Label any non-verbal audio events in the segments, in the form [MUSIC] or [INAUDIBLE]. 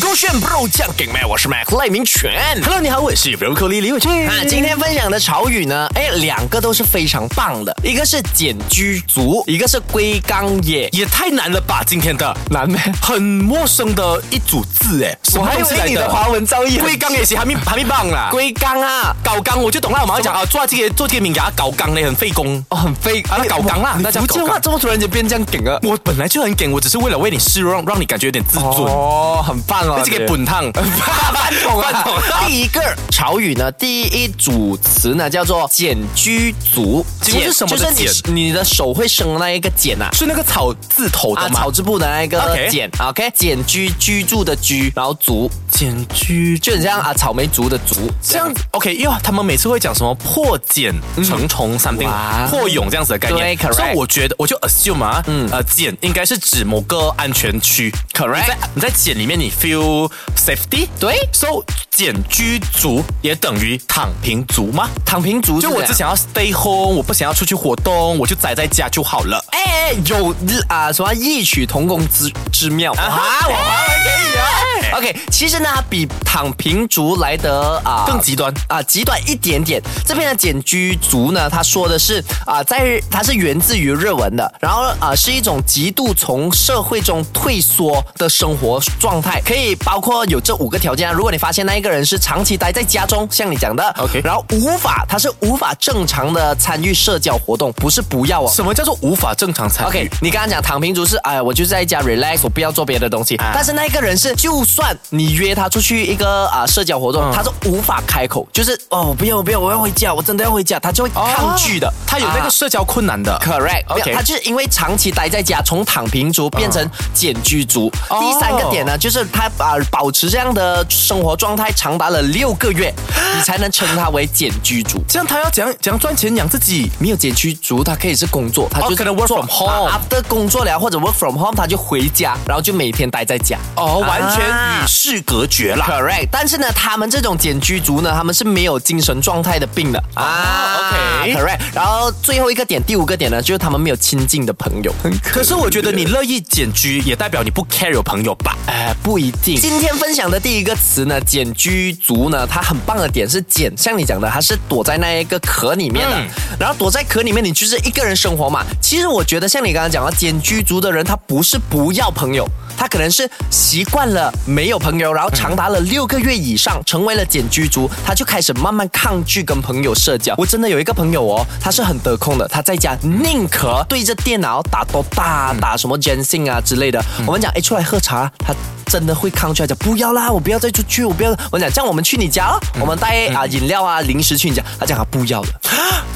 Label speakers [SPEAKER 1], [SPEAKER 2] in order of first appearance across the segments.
[SPEAKER 1] 勾选 Bro 酱给麦，我是 Mac 赖明全。
[SPEAKER 2] Hello，你好，我是 Broccoli 李伟俊。
[SPEAKER 1] 啊，今天分享的潮语呢，哎，两个都是非常棒的，一个是简居族，一个是龟缸野。
[SPEAKER 2] 也太难了吧，今天的
[SPEAKER 1] 难咩？
[SPEAKER 2] 很陌生的一组字哎，什
[SPEAKER 1] 我
[SPEAKER 2] 么
[SPEAKER 1] 还以
[SPEAKER 2] 东西
[SPEAKER 1] 为
[SPEAKER 2] 来
[SPEAKER 1] 你
[SPEAKER 2] 的
[SPEAKER 1] 的华文造诣很
[SPEAKER 2] 龟缸也是还没还没棒啦，
[SPEAKER 1] 龟缸啊，
[SPEAKER 2] 搞缸我就懂了，我马上讲啊，做这个做这个名牙搞缸嘞，很费工。
[SPEAKER 1] 哦，很飞
[SPEAKER 2] 啊那搞缸啦
[SPEAKER 1] 你
[SPEAKER 2] 大家
[SPEAKER 1] 福建
[SPEAKER 2] 搞
[SPEAKER 1] 话
[SPEAKER 2] 缸
[SPEAKER 1] 怎么突然间变这样梗啊？
[SPEAKER 2] 我本来就很梗，我只是为了为你试用，让你感觉有点自尊。
[SPEAKER 1] 哦，很棒哦，
[SPEAKER 2] 这个
[SPEAKER 1] 对 [LAUGHS]
[SPEAKER 2] 本烫，饭桶饭桶。
[SPEAKER 1] 啊第一个潮语呢，第一组词呢叫做“茧居族”，
[SPEAKER 2] 请问是什么
[SPEAKER 1] 就是
[SPEAKER 2] 的
[SPEAKER 1] 你你的手会生的那一个茧啊。
[SPEAKER 2] 是那个草字头
[SPEAKER 1] 啊，
[SPEAKER 2] 的吗
[SPEAKER 1] 草？字部的那一个
[SPEAKER 2] OK
[SPEAKER 1] 茧，OK，茧居居住的居，然后族，
[SPEAKER 2] 简居
[SPEAKER 1] 就很像啊草莓族的族，
[SPEAKER 2] 这样 OK，因为他们每次会讲什么破茧成虫 something
[SPEAKER 1] 嗯哇
[SPEAKER 2] 破蛹这样子的概念，
[SPEAKER 1] 对，correct 嗯
[SPEAKER 2] 所以我觉得我就 assume 啊，呃，茧应该是指某个安全区，correct？你在你在茧里面你 feel safety，
[SPEAKER 1] 对
[SPEAKER 2] ，so 茧居族也等于躺平族吗？
[SPEAKER 1] 躺平族是
[SPEAKER 2] 就我
[SPEAKER 1] 怎样
[SPEAKER 2] 只想要 stay home，我不想要出去活动，我就宅在家就好了。
[SPEAKER 1] 哎哎有啊、什么异曲同工之之妙啊
[SPEAKER 2] 哈哎我华
[SPEAKER 1] 文可以啊。OK，其实呢，它比躺平族来得啊、
[SPEAKER 2] 更极端
[SPEAKER 1] 啊、极端一点点。这边的简居族呢，他说的是啊、在日它是源自于日文的，然后啊、是一种极度从社会中退缩的生活状态，可以包括有这五个条件啊。如果你发现那一个人是长期待在家中，像你讲的
[SPEAKER 2] OK
[SPEAKER 1] 然后无法，他是无法正常的参与社交活动，不是不要哦，
[SPEAKER 2] 什么叫做无法正常参与 [LAUGHS]
[SPEAKER 1] [LAUGHS] OK，你刚刚讲躺平族是，哎，我就在家 relax，我不要做别的东西。
[SPEAKER 2] 啊
[SPEAKER 1] 但是那一个人是，就算你约他出去一个啊、社交活动，
[SPEAKER 2] 嗯
[SPEAKER 1] 他都无法开口，就是哦，我不要，我不要，我要回家，我真的要回家，他就会抗拒的。
[SPEAKER 2] 他有那个社交困难的。
[SPEAKER 1] Correct，
[SPEAKER 2] 啊 OK
[SPEAKER 1] 没有他就是因为长期待在家，从躺平族变成简居族。
[SPEAKER 2] 哦
[SPEAKER 1] 第三个点呢，就是他啊、保持这样的生活状态长达了六个
[SPEAKER 2] [GASPS]
[SPEAKER 1] 月，你才能称他为简居族。
[SPEAKER 2] 这样他要怎样怎样赚钱养自己？
[SPEAKER 1] 没有减去族，他可以是工作，他
[SPEAKER 2] 哦
[SPEAKER 1] 就
[SPEAKER 2] 可能 work from home
[SPEAKER 1] a f t e r 工作了或者 work from home，他就回家，然后就每天待在家。
[SPEAKER 2] 哦，完全
[SPEAKER 1] 啊
[SPEAKER 2] 与世隔绝啦。
[SPEAKER 1] Correct，但是呢，他们这种简居族呢，他们是没有精神状态的病的
[SPEAKER 2] 啊
[SPEAKER 1] 啊
[SPEAKER 2] ，OK
[SPEAKER 1] Correct，然后最后一个点，第五个点呢，就是他们没有亲近的朋友。
[SPEAKER 2] 可是我觉得你乐意减居，也代表你不 care 有朋友吧？
[SPEAKER 1] 呃，不一定。今天分享的第一个词呢，简居族呢，它很棒的点是简，像你讲的，它是躲在那一个壳里面的，
[SPEAKER 2] 嗯
[SPEAKER 1] 然后躲在壳里面，你就是一个人生活嘛。其实我觉得，像你刚刚讲到，简居族的人，他不是不要朋友，他可能是习惯了没有朋友，然后长达了六个月以上，成为了简居族，他就开始慢慢抗拒跟朋友社交。我真的有一个朋友哦，他是很得空的，他在家宁可对着电脑打 DOTA、打什么 j e n s i n 啊之类的。我们讲，哎，出来喝茶，他真的会抗拒，他讲不要啦，我不要再出去，我不要。我讲，这样我们去你家哦，我们带啊、饮料啊零食去你家，他讲他不要了。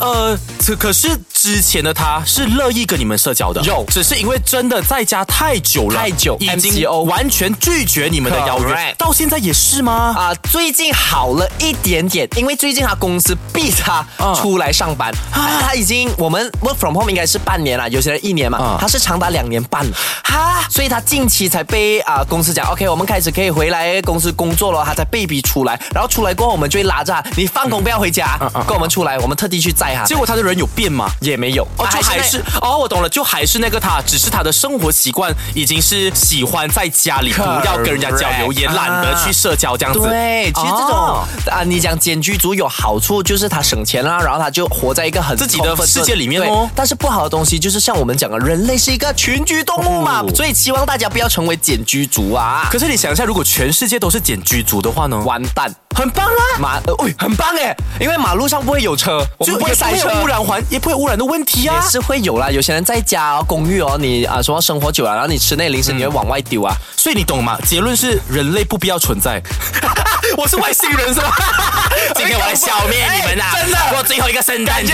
[SPEAKER 2] 呃，可可是之前的他是乐意跟你们社交的，
[SPEAKER 1] 有
[SPEAKER 2] 只是因为真的在家太久了，
[SPEAKER 1] 太久
[SPEAKER 2] 已经
[SPEAKER 1] MCO
[SPEAKER 2] 完全拒绝你们的邀约
[SPEAKER 1] Correct，
[SPEAKER 2] 到现在也是吗？
[SPEAKER 1] 啊、最近好了一点点，因为最近他公司逼他
[SPEAKER 2] 嗯
[SPEAKER 1] 出来上班，啊他已经我们 work from home 应该是半年了，有些人一年嘛，
[SPEAKER 2] 嗯
[SPEAKER 1] 他是长达两年半了，哈，所以他近期才被啊、公司讲 OK，我们开始可以回来公司工作了，他才被逼出来，然后出来过后我们就会拉着他，你放
[SPEAKER 2] 嗯
[SPEAKER 1] 工不要回家，跟我们出来，我们特地去载他
[SPEAKER 2] 结，果他的人有变吗？
[SPEAKER 1] 也没有，
[SPEAKER 2] 哦，就还
[SPEAKER 1] 那
[SPEAKER 2] 是哦，我懂了，就还是那个他，只是他的生活习惯已经是喜欢在家里，不
[SPEAKER 1] Correct
[SPEAKER 2] 要跟人家交流，也懒得
[SPEAKER 1] 啊
[SPEAKER 2] 去社交这样子。
[SPEAKER 1] 对，其实这种、
[SPEAKER 2] 哦
[SPEAKER 1] 啊，你讲简居族有好处，就是他省钱啊啦，然后他就活在一个很
[SPEAKER 2] 自己的
[SPEAKER 1] comfort zone
[SPEAKER 2] 世界里面哦
[SPEAKER 1] 对但是不好的东西就是像我们讲的，人类是一个群居动物嘛，
[SPEAKER 2] 哦
[SPEAKER 1] 所以希望大家不要成为简居族啊，
[SPEAKER 2] 可是你想一下，如果全世界都是简居族的话呢？
[SPEAKER 1] 完蛋。
[SPEAKER 2] 很棒啊！欸
[SPEAKER 1] 马，呃喂、很棒哎，因为马路上不会有车，我
[SPEAKER 2] 就也
[SPEAKER 1] 们不
[SPEAKER 2] 不
[SPEAKER 1] 会
[SPEAKER 2] 会
[SPEAKER 1] 塞车，
[SPEAKER 2] 有污染环，也不会有污染的问题啊
[SPEAKER 1] 也。是会有啦。有些人在家、哦、公寓哦，你啊什么生活久了，然后你吃那零食，你会往外丢啊。
[SPEAKER 2] 所以你懂吗？结论是人类不必要存
[SPEAKER 1] [LAUGHS]
[SPEAKER 2] 在。我是外星人是吧？今天我来消灭你们啦！
[SPEAKER 1] 哎真的
[SPEAKER 2] 我最后一个圣诞节。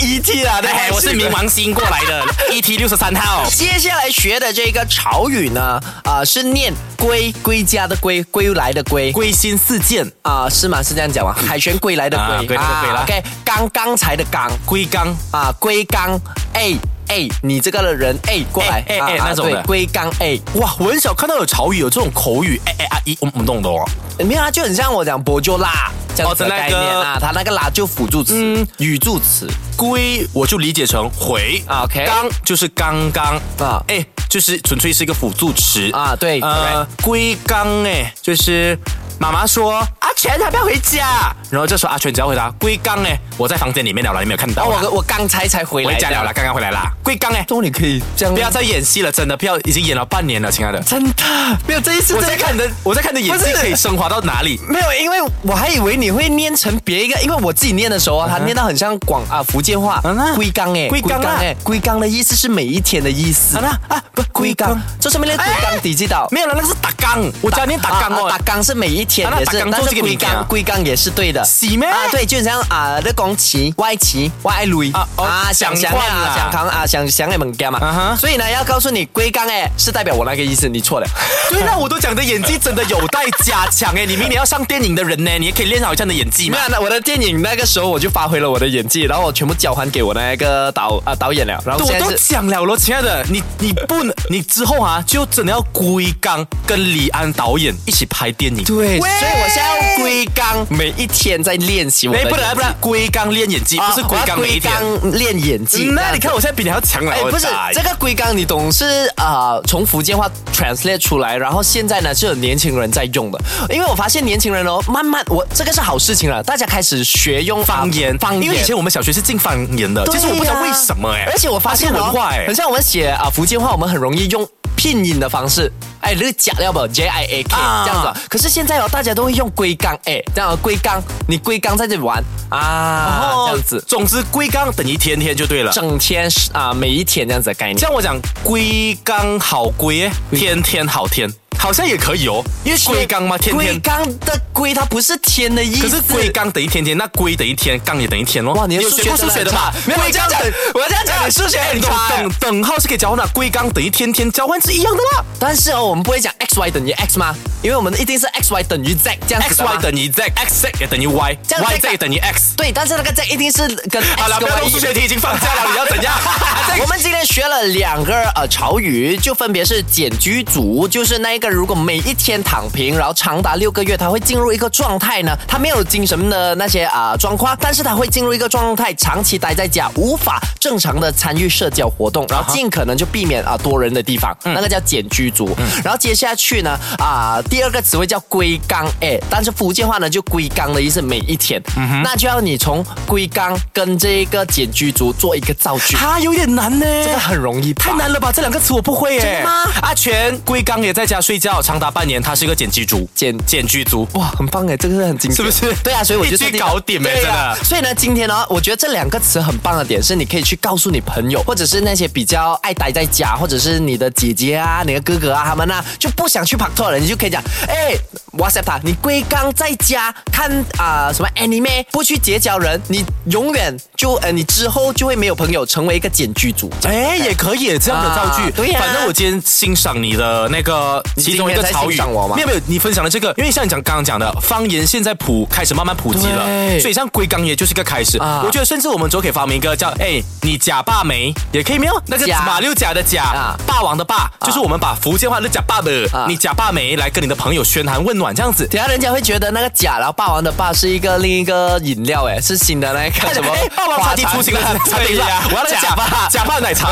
[SPEAKER 1] E T 啊，对
[SPEAKER 2] 嗯哎，我是冥王星过来
[SPEAKER 1] [LAUGHS]
[SPEAKER 2] 的，ET 六十三号。
[SPEAKER 1] 接下来学的这个潮语呢，啊、是念归归家的归，归来的归。
[SPEAKER 2] 归心似箭，
[SPEAKER 1] 啊、是吗？是这样讲吗？凯旋归来的
[SPEAKER 2] 啊
[SPEAKER 1] 归，
[SPEAKER 2] 归来的归啦
[SPEAKER 1] OK，刚刚才的刚
[SPEAKER 2] 归刚。
[SPEAKER 1] 啊，归刚。哎哎，你这个人哎，过来
[SPEAKER 2] 哎哎哎
[SPEAKER 1] 啊啊
[SPEAKER 2] 那种的
[SPEAKER 1] 对归刚哎。
[SPEAKER 2] 哇，我很少看到有潮语有这种口语，哎哎啊咦，我我们懂的哦。
[SPEAKER 1] 没有啊，就很像我讲博就辣这样子
[SPEAKER 2] 哦
[SPEAKER 1] 的
[SPEAKER 2] 的那
[SPEAKER 1] 概
[SPEAKER 2] 个嗯
[SPEAKER 1] 念啊，它那个辣就辅助词、语助词
[SPEAKER 2] 归我就理解成回
[SPEAKER 1] 啊，OK
[SPEAKER 2] 刚就是刚刚
[SPEAKER 1] 啊
[SPEAKER 2] 啊，哎，就是纯粹是一个辅助词
[SPEAKER 1] 啊对
[SPEAKER 2] 呃，归刚哎，就是妈妈说阿全还不要回家，然后这时候阿全只要回答归刚哎，我在房间里面了啦，你没有看到
[SPEAKER 1] 然后
[SPEAKER 2] 啦，
[SPEAKER 1] 哦我我刚才才回来，
[SPEAKER 2] 回家了啦，，刚刚回来啦，归刚哎，
[SPEAKER 1] 终于可以这样，
[SPEAKER 2] 不要再演戏了，真的不要，已经演了半年了，亲爱的。
[SPEAKER 1] 真的没有这一次
[SPEAKER 2] 我
[SPEAKER 1] 真
[SPEAKER 2] 在
[SPEAKER 1] 的
[SPEAKER 2] 看你的，我在看你的演
[SPEAKER 1] 不
[SPEAKER 2] 技
[SPEAKER 1] 是
[SPEAKER 2] 可以升华到哪里？
[SPEAKER 1] 没有，因为我还以为你会念成别一个，因为我自己念的时候啊，它念到很像广啊福建话
[SPEAKER 2] 嗯啊，
[SPEAKER 1] 龟缸哎，
[SPEAKER 2] 龟缸啊
[SPEAKER 1] 哎，龟缸的意思是每一天的意思
[SPEAKER 2] 啊啦啊不
[SPEAKER 1] 龟
[SPEAKER 2] 龟
[SPEAKER 1] 缸
[SPEAKER 2] 缸，哎
[SPEAKER 1] 这上面那个龟缸底记到。
[SPEAKER 2] 没有了，那个是打缸，我家念打缸
[SPEAKER 1] 啊啊
[SPEAKER 2] 哦
[SPEAKER 1] 打。缸是每一天
[SPEAKER 2] 啊那
[SPEAKER 1] 也是
[SPEAKER 2] 打，缸
[SPEAKER 1] 但
[SPEAKER 2] 做
[SPEAKER 1] 是
[SPEAKER 2] 这个
[SPEAKER 1] 龟
[SPEAKER 2] 名字
[SPEAKER 1] 缸
[SPEAKER 2] 啊
[SPEAKER 1] 龟缸也是对的。
[SPEAKER 2] 是咩
[SPEAKER 1] 啊，对，就很像啊，你讲棋、歪棋、歪lui
[SPEAKER 2] 啊哦想
[SPEAKER 1] 想想
[SPEAKER 2] 换
[SPEAKER 1] 啊
[SPEAKER 2] 啦，
[SPEAKER 1] 想扛啊，想想你们家
[SPEAKER 2] 啊
[SPEAKER 1] 嘛。
[SPEAKER 2] 哈
[SPEAKER 1] 所以呢，要告诉你，龟缸哎是代表我那个意思，你
[SPEAKER 2] [LAUGHS]
[SPEAKER 1] 错了。
[SPEAKER 2] 对啦，我都讲你的演技真的有待加强哎，你明年要上电影的人呢，你也可以练好这样的演技嘛
[SPEAKER 1] 没。有，那我的电影那个时候我就发挥了我的演技，然后我全部交还给我那个导啊、导演了，然后
[SPEAKER 2] 我
[SPEAKER 1] 现
[SPEAKER 2] 都
[SPEAKER 1] 在是。
[SPEAKER 2] 讲了咯，亲爱的，你你不能，你之后啊，就真的要归刚跟李安导演一起拍电影。
[SPEAKER 1] 对，
[SPEAKER 2] 喂
[SPEAKER 1] 所以我现在要归纲，每一天在练习我的
[SPEAKER 2] 哎，
[SPEAKER 1] 演技。
[SPEAKER 2] 不能不能，归刚练演技，
[SPEAKER 1] 啊，
[SPEAKER 2] 不是归刚
[SPEAKER 1] 我要
[SPEAKER 2] 每一
[SPEAKER 1] 归
[SPEAKER 2] 天。
[SPEAKER 1] 纲练演技。
[SPEAKER 2] 那你看我现在比你还要强了，
[SPEAKER 1] 哎，
[SPEAKER 2] 我
[SPEAKER 1] 不是
[SPEAKER 2] 打
[SPEAKER 1] 这个龟缸，你懂是呃从福建话 translate 出来，然后现在呢是有年轻人在用的，因为我发现年轻人哦，慢慢我这个是好事情了，大家开始学用啊
[SPEAKER 2] 方言，
[SPEAKER 1] 方言，
[SPEAKER 2] 因为以前我们小学是禁方言的，
[SPEAKER 1] 对
[SPEAKER 2] 其
[SPEAKER 1] 呀
[SPEAKER 2] 实我不知道为什么哎，
[SPEAKER 1] 而且我发现
[SPEAKER 2] 它是
[SPEAKER 1] 哦
[SPEAKER 2] 文化哎
[SPEAKER 1] 很，像我们写啊福建话，我们很容易用拼音的方式。哎，那个假料不 J I A K、
[SPEAKER 2] 啊
[SPEAKER 1] 这样子哦，可是现在哦，大家都会用龟缸，哎，这样哦龟缸，你龟缸在这里玩啊，
[SPEAKER 2] 哦
[SPEAKER 1] 这样子，
[SPEAKER 2] 总之归刚等一天天就对了。
[SPEAKER 1] 整天是啊、每一天这样子的概念。
[SPEAKER 2] 像我讲龟缸好龟，天天好天，好像也可以哦，因为龟缸嘛，天
[SPEAKER 1] 龟
[SPEAKER 2] 天。
[SPEAKER 1] 缸的龟它不是天的意
[SPEAKER 2] 可
[SPEAKER 1] 思，
[SPEAKER 2] 是龟缸等一天天，那龟等一天，缸也等一天咯。
[SPEAKER 1] 哇，你的
[SPEAKER 2] 有
[SPEAKER 1] 数
[SPEAKER 2] 学
[SPEAKER 1] 学
[SPEAKER 2] 过数学的吧？
[SPEAKER 1] 没有我
[SPEAKER 2] 龟
[SPEAKER 1] 这样
[SPEAKER 2] 缸
[SPEAKER 1] 讲
[SPEAKER 2] 等，
[SPEAKER 1] 我这样讲，你数学很
[SPEAKER 2] 等
[SPEAKER 1] 差。
[SPEAKER 2] 等等号是可以交换的，龟缸等于天天交换是一样的啦。
[SPEAKER 1] 但是哦，我们不会讲 x y 等于 x 吗？因为我们一定是 x y 等于 z 这样子
[SPEAKER 2] x
[SPEAKER 1] 的嘛
[SPEAKER 2] y 等于 z，x z 也等于 y，y
[SPEAKER 1] 这样
[SPEAKER 2] z 也等于 x。
[SPEAKER 1] 对，但是那个 z 一定是跟 x
[SPEAKER 2] 好了，不
[SPEAKER 1] 跟
[SPEAKER 2] 要
[SPEAKER 1] y
[SPEAKER 2] 弄数学题，已经放假了，你要怎样？
[SPEAKER 1] [LAUGHS] 我们今天学了两个呃潮语，就分别是简居族，就是那一个如果每一天躺平，然后长达六个月，他会进入一个状态呢，他没有精神的那些啊、呃状况，但是他会进入一个状态，长期待在家，无法正常的参与社交活动，然后尽可能就避免啊、多人的地方，那个叫简居族。然后接下去呢啊、第二个词汇叫归纲，哎，但是福建话呢就归纲的意思每一天，那就要你从归纲跟这个简居族做一个造句。
[SPEAKER 2] 它有点难呢，
[SPEAKER 1] 这个很容易吧
[SPEAKER 2] 太难了吧？这两个词我不会耶。
[SPEAKER 1] 真的吗
[SPEAKER 2] 阿全龟缸也在家睡觉，长达半年，他是一个简居族，
[SPEAKER 1] 简
[SPEAKER 2] 简居族。
[SPEAKER 1] 哇，很棒哎，这个是很经典，
[SPEAKER 2] 是不是
[SPEAKER 1] 对啊，所以我就特地
[SPEAKER 2] 一句搞定哎
[SPEAKER 1] 对啊
[SPEAKER 2] 真的
[SPEAKER 1] 所以呢，今天哦呢，我觉得这两个词很棒的点是，你可以去告诉你朋友，或者是那些比较爱待在家，或者是你的姐姐啊、你的哥哥啊，他们啊就不想去拍拖了，你就可以讲，哎，WhatsApp 他，你龟缸在家看啊、什么 anime，不去结交人，你永远就呃，你之后就会没有朋友，成为一个简居族。
[SPEAKER 2] 哎，也可以这样的造句。
[SPEAKER 1] 啊对呀
[SPEAKER 2] 反正我今天欣赏你的那个其中一个潮
[SPEAKER 1] 你今天才欣
[SPEAKER 2] 语
[SPEAKER 1] 赏我吗
[SPEAKER 2] 没有没有，你分享的这个，因为像你讲刚刚讲的方言，现在普开始慢慢普及了，
[SPEAKER 1] 对
[SPEAKER 2] 所以像龟缸也就是一个开始。
[SPEAKER 1] 啊
[SPEAKER 2] 我觉得甚至我们之后可以发明一个叫“哎，你假霸没”也可以没有？那个
[SPEAKER 1] 假
[SPEAKER 2] 马六甲的甲，
[SPEAKER 1] 啊
[SPEAKER 2] 霸王的霸，就是我们把福建话的假霸的，
[SPEAKER 1] 啊
[SPEAKER 2] 你假霸没来跟你的朋友嘘寒问暖这样子。
[SPEAKER 1] 等一下人家会觉得那个假，然后霸王的霸是一个另一个饮料，哎，是新的那个什么
[SPEAKER 2] 哎霸王茶
[SPEAKER 1] 花
[SPEAKER 2] 姬
[SPEAKER 1] 茶
[SPEAKER 2] 出 [LAUGHS] 行了，茶等一下，我要那个假 [LAUGHS] 霸假霸奶茶，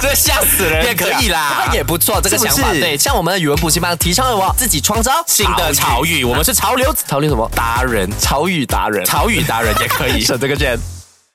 [SPEAKER 1] 这吓死人
[SPEAKER 2] 也可以啦
[SPEAKER 1] 也不错，这个
[SPEAKER 2] 是不
[SPEAKER 1] 想
[SPEAKER 2] 是
[SPEAKER 1] 法对。像我们的语文补习班提倡了我自己创造
[SPEAKER 2] 新的潮
[SPEAKER 1] 语，
[SPEAKER 2] 语，我们是潮流
[SPEAKER 1] 潮流什么？
[SPEAKER 2] 达人，
[SPEAKER 1] 潮语达人，
[SPEAKER 2] 潮语达人也可以。
[SPEAKER 1] 省这个卷。